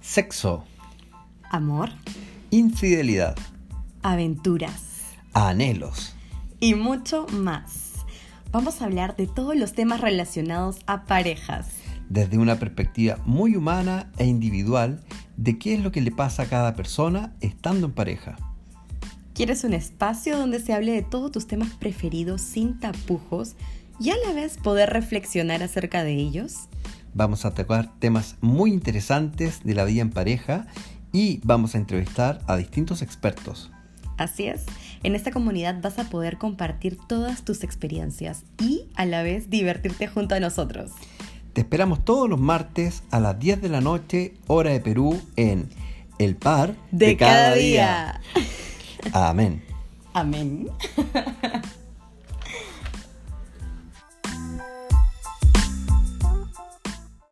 sexo, amor, infidelidad, aventuras anhelos. y mucho más. Vamos a hablar de todos los temas relacionados a parejas. Desde una perspectiva muy humana e individual de qué es lo que le pasa a cada persona estando en pareja. ¿Quieres un espacio donde se hable de todos tus temas preferidos sin tapujos y a la vez poder reflexionar acerca de ellos? Vamos a tocar temas muy interesantes de la vida en pareja y vamos a entrevistar a distintos expertos. Así es, en esta comunidad vas a poder compartir todas tus experiencias y a la vez divertirte junto a nosotros. Te esperamos todos los martes a las 10 de la noche, hora de Perú, en El Par De, cada, día. Amén. Amén.